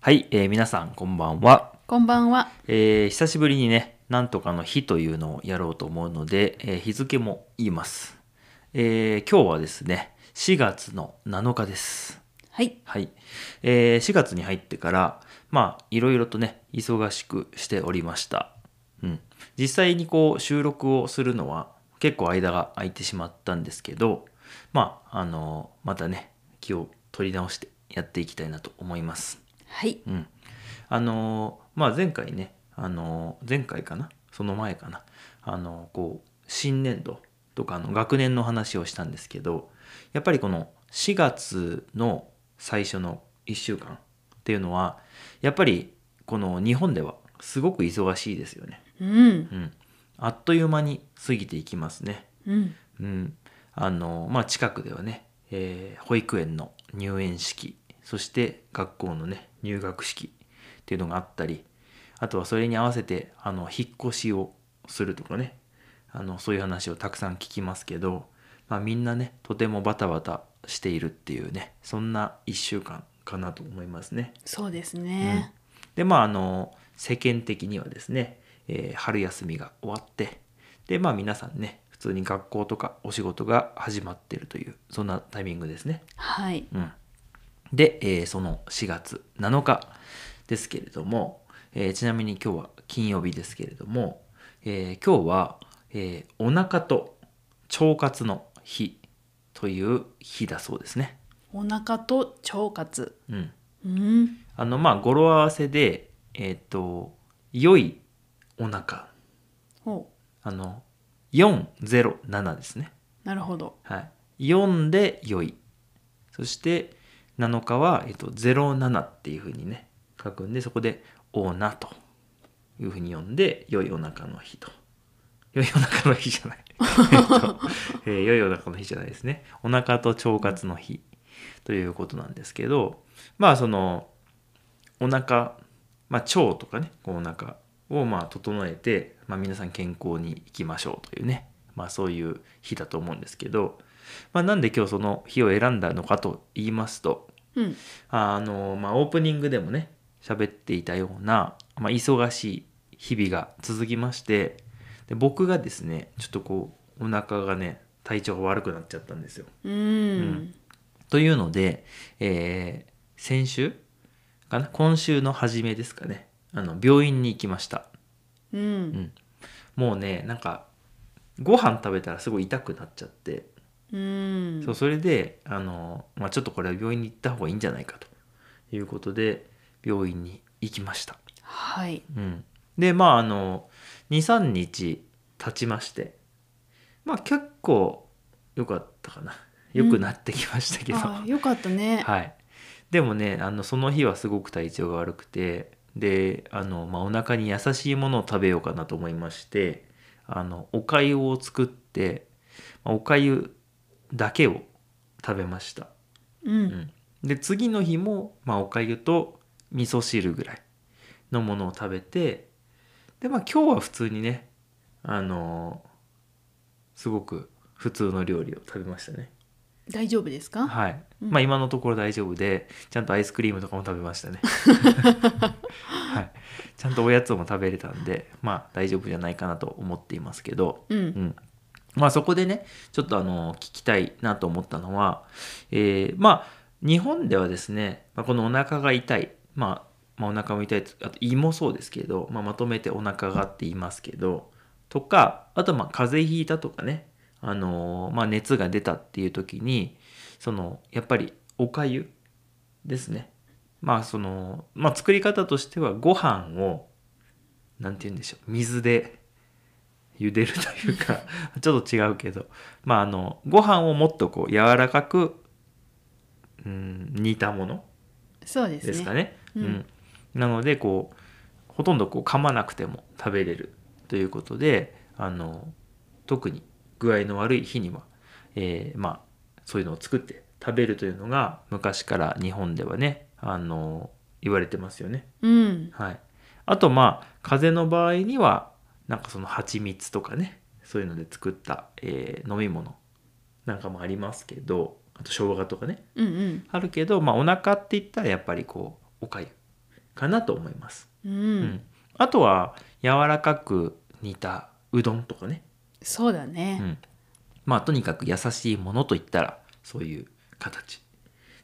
はい、えー皆さんこんばんは、こんばんは。えー久しぶりにねなんとかの日というのをやろうと思うので、えー日付も言います、えー今日はですね4月の7日ですはい。はい、えー4月に入ってからまあいろいろとね忙しくしておりました、うん、実際にこう収録をするのは結構間が空いてしまったんですけどまああのまたね気を取り直してやっていきたいなと思いますはい。うん、あのーまあ前回ね、あのー前回かなその前かな、あのーこう新年度とかの学年の話をしたんですけどやっぱりこの4月の最初の1週間っていうのはやっぱりこの日本ではすごく忙しいですよね。うん。うん、あっという間に過ぎていきますね。うん。うん、あのまあ近くではね、えー保育園の入園式そして学校のね入学式っていうのがあったりあとはそれに合わせてあの引っ越しをするとかねあのそういう話をたくさん聞きますけど、まあ、みんなねとてもバタバタしているっていうねそんな1週間かなと思いますね。そうですね。でまああの世間的にはですね、えー春休みが終わってでまあ皆さんね普通に学校とかお仕事が始まってるというそんなタイミングですね。はい。うん、で、えーその4月7日ですけれども、えーちなみに今日は金曜日ですけれども、えー今日は、えーお腹と腸活の日という日だそうですね。お腹と腸活。うん、うん。あのまあ語呂合わせでえっ、と良いお腹ほあの407ですねう。なるほど。はい4で良いそして7日は、えっと07っていうふうにね書くんでそこで「オーナ」というふうに読んで「良いお腹の日」と「良いお腹の日」じゃない、えっとえー良いお腹の日」じゃないですねお腹と腸活の日ということなんですけどまあそのお腹、まあ、腸とかねこうお腹をまあ整えて、まあ、皆さん健康にいきましょうというね、まあ、そういう日だと思うんですけど、まあ、なんで今日その日を選んだのかと言いますとうん。あの、まあ、オープニングでもね喋っていたような、まあ、忙しい日々が続きましてで僕がですねちょっとこうお腹がね体調が悪くなっちゃったんですよ。うん。んというので、えー先週かな今週の初めですかねあの病院に行きましたうん。もうねなんかご飯食べたらすごい痛くなっちゃって、うん。そうそれであの、まあ、ちょっとこれは病院に行った方がいいんじゃないかということで病院に行きました、はい。うん、でまああの23日経ちましてまあ結構良かったかな良くなってきましたけど、あーよかったね。はい、でもねあのその日はすごく体調が悪くてであの、まあ、お腹に優しいものを食べようかなと思いましてあのお粥を作って、まあお粥だけを食べました、うう。んん、で次の日も、まあ、お粥と味噌汁ぐらいのものを食べてでまあ今日は普通にねあのすごく普通の料理を食べましたね大丈夫ですか。はい、うんまあ今のところ大丈夫でちゃんとアイスクリームとかも食べました ね、はい、ちゃんとおやつも食べれたんでまあ大丈夫じゃないかなと思っていますけど、う。うんん、まあそこでねちょっとあの聞きたいなと思ったのは、えーまあ日本ではですね、まあ、このお腹が痛い、まあ、まあお腹も痛いあと胃もそうですけど、まあ、まとめてお腹がって言いますけどとかあとまあ風邪ひいたとかね、あのーまあ、熱が出たっていう時にそのやっぱりおかゆですねまあその、まあ、作り方としてはご飯をなんて言うんでしょう水で茹でるというか ちょっと違うけどまああのご飯をもっとこう柔らかく、うん、煮たものそうですね。ですかね。うんなのでこうほとんどこう噛まなくても食べれるということであの特に具合の悪い日には、えーまあ、そういうのを作って食べるというのが昔から日本ではねあの言われてますよね。うん。はい、あとまあ風邪の場合にはなんかその蜂蜜とかねそういうので作った、えー飲み物なんかもありますけどあと生姜とかねうんうん。あるけど、まあ、お腹って言ったらやっぱりこうおかゆかなと思います。ううんん、あとは柔らかく煮たうどんとかね、そうだうね。ん、まあとにかく優しいものといったらそういう形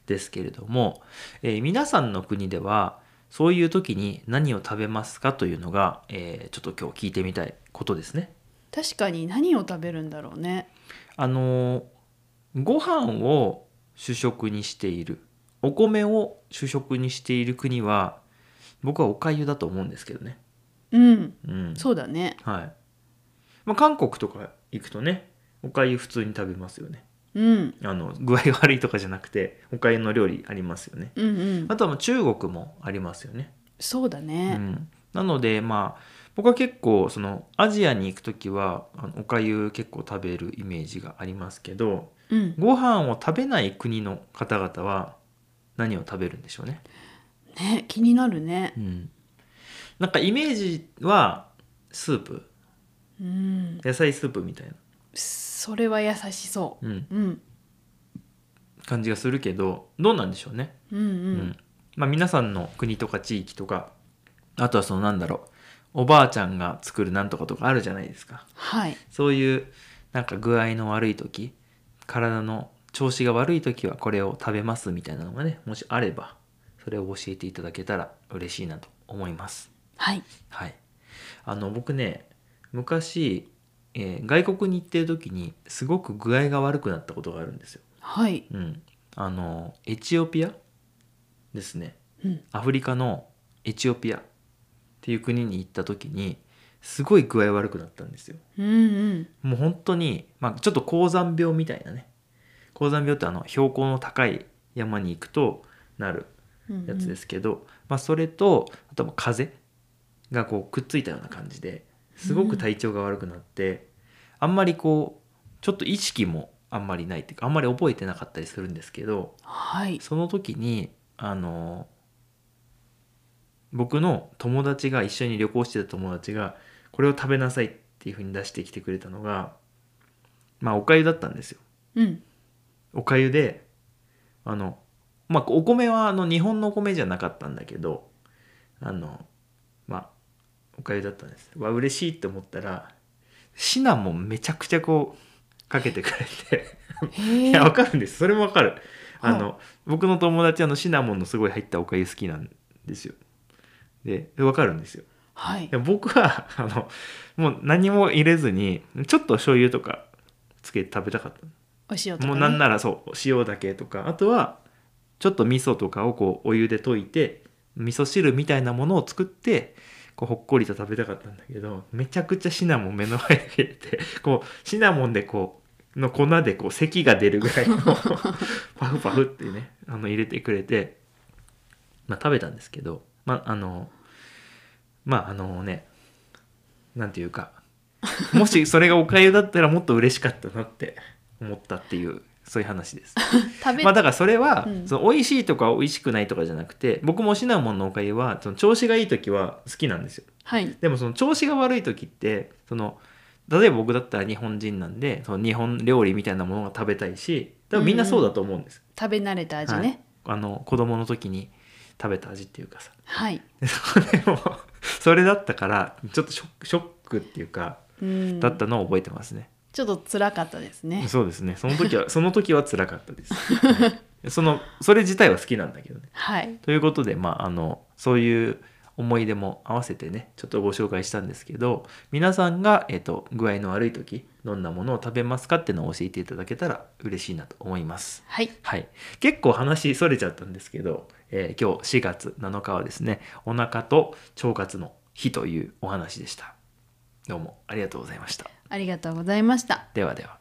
ですけれども、えー皆さんの国ではそういう時に何を食べますかというのが、えーちょっと今日聞いてみたいことですね。確かに何を食べるんだろうね。あのーご飯を主食にしているお米を主食にしている国は僕はおかゆだと思うんですけどね。うん、うん、そうだね。はい、まあ、韓国とか行くとねおかゆ普通に食べますよねうん、あの具合が悪いとかじゃなくておかゆの料理ありますよねうん、うんあ、とはもう中国もありますよね、そうだうね。ん、なのでまあ僕は結構そのアジアに行く時はあのおかゆ結構食べるイメージがありますけどうん、ご飯を食べない国の方々は何を食べるんでしょうね、ね、気になるね。うん、なんかイメージはスープうん、野菜スープみたいな、それは優しそうん、う。うん、感じがするけどどうなんでしょうね、うん、う、うんまあ、皆さんの国とか地域とかあとはそのなんだろうおばあちゃんが作るなんとかとかあるじゃないですかはい。そういうなんか具合の悪い時体の調子が悪い時はこれを食べますみたいなのがねもしあればそれを教えていただけたら嬉しいなと思いますはい。はいあの僕ね昔、えー外国に行ってる時にすごく具合が悪くなったことがあるんですよはい。うん、あのエチオピアですねうん、アフリカのエチオピアっていう国に行った時にすごい具合悪くなったんですようん、うん、もう本当に、まあ、ちょっと高山病みたいなね高山病ってあの標高の高い山に行くとなるうんうんやつで。すけど、まあ、それとあとは風邪がこうくっついたような感じですごく体調が悪くなって、あんまりこうちょっと意識もあんまりないっていうかあんまり覚えてなかったりするんですけどはい。その時にあの僕の友達が一緒に旅行してた友達がこれを食べなさいっていう風に出してきてくれたのがまあおかゆだったんですよ。うん、おかゆであのまあお米はあの日本のお米じゃなかったんだけどあのまあおかゆだったんですわ嬉しいって思ったらシナモンめちゃくちゃこうかけてくれてへいえ。やわかるんですそれもわかるあの、は僕の友達あのシナモンのすごい入ったおかゆ好きなんですよでわかるんですよはいいや。僕はあのもう何も入れずにちょっと醤油とかつけて食べたかったお塩とか、ね。もうなんならそう塩だけとかあとはちょっと味噌とかをこうお湯で溶いて味噌汁みたいなものを作ってこうほっこりと食べたかったんだけどめちゃくちゃシナモン目の前に入れて こうシナモンでこうの粉でこう咳が出るぐらいの パフパフってねあの入れてくれて、まあ、食べたんですけどまああのまああのねなんていうかもしそれがおかゆだったらもっと嬉しかったなって思ったっていうそういう話 です。食べ、まあだからそれは、うんその美味しいとか美味しくないとかじゃなくて僕もシナモンのおかゆはその調子がいい時は好きなんですよ。はい。でもその調子が悪い時ってその例えば僕だったら日本人なんでその日本料理みたいなものが食べたいし多分みんなそうだと思うんです。食べ慣れた味ね。はい、あの子供の時に食べた味っていうかさはい。でそれもそれだったからちょっとショックショックっていうかうん。だったのを覚えてますね。ちょっと辛かったですね。そうですねその時は その時は辛かったです、はいそのそれ自体は好きなんだけどねはい。ということでまああのそういう思い出も合わせてねちょっとご紹介したんですけど皆さんが、えっと具合の悪い時どんなものを食べますかっていうのを教えていただけたら嬉しいなと思いますはい。はい、結構話それちゃったんですけど、えー今日4月7日はですねお腹と腸活の日というお話でしたどうもありがとうございましたありがとうございました。ではでは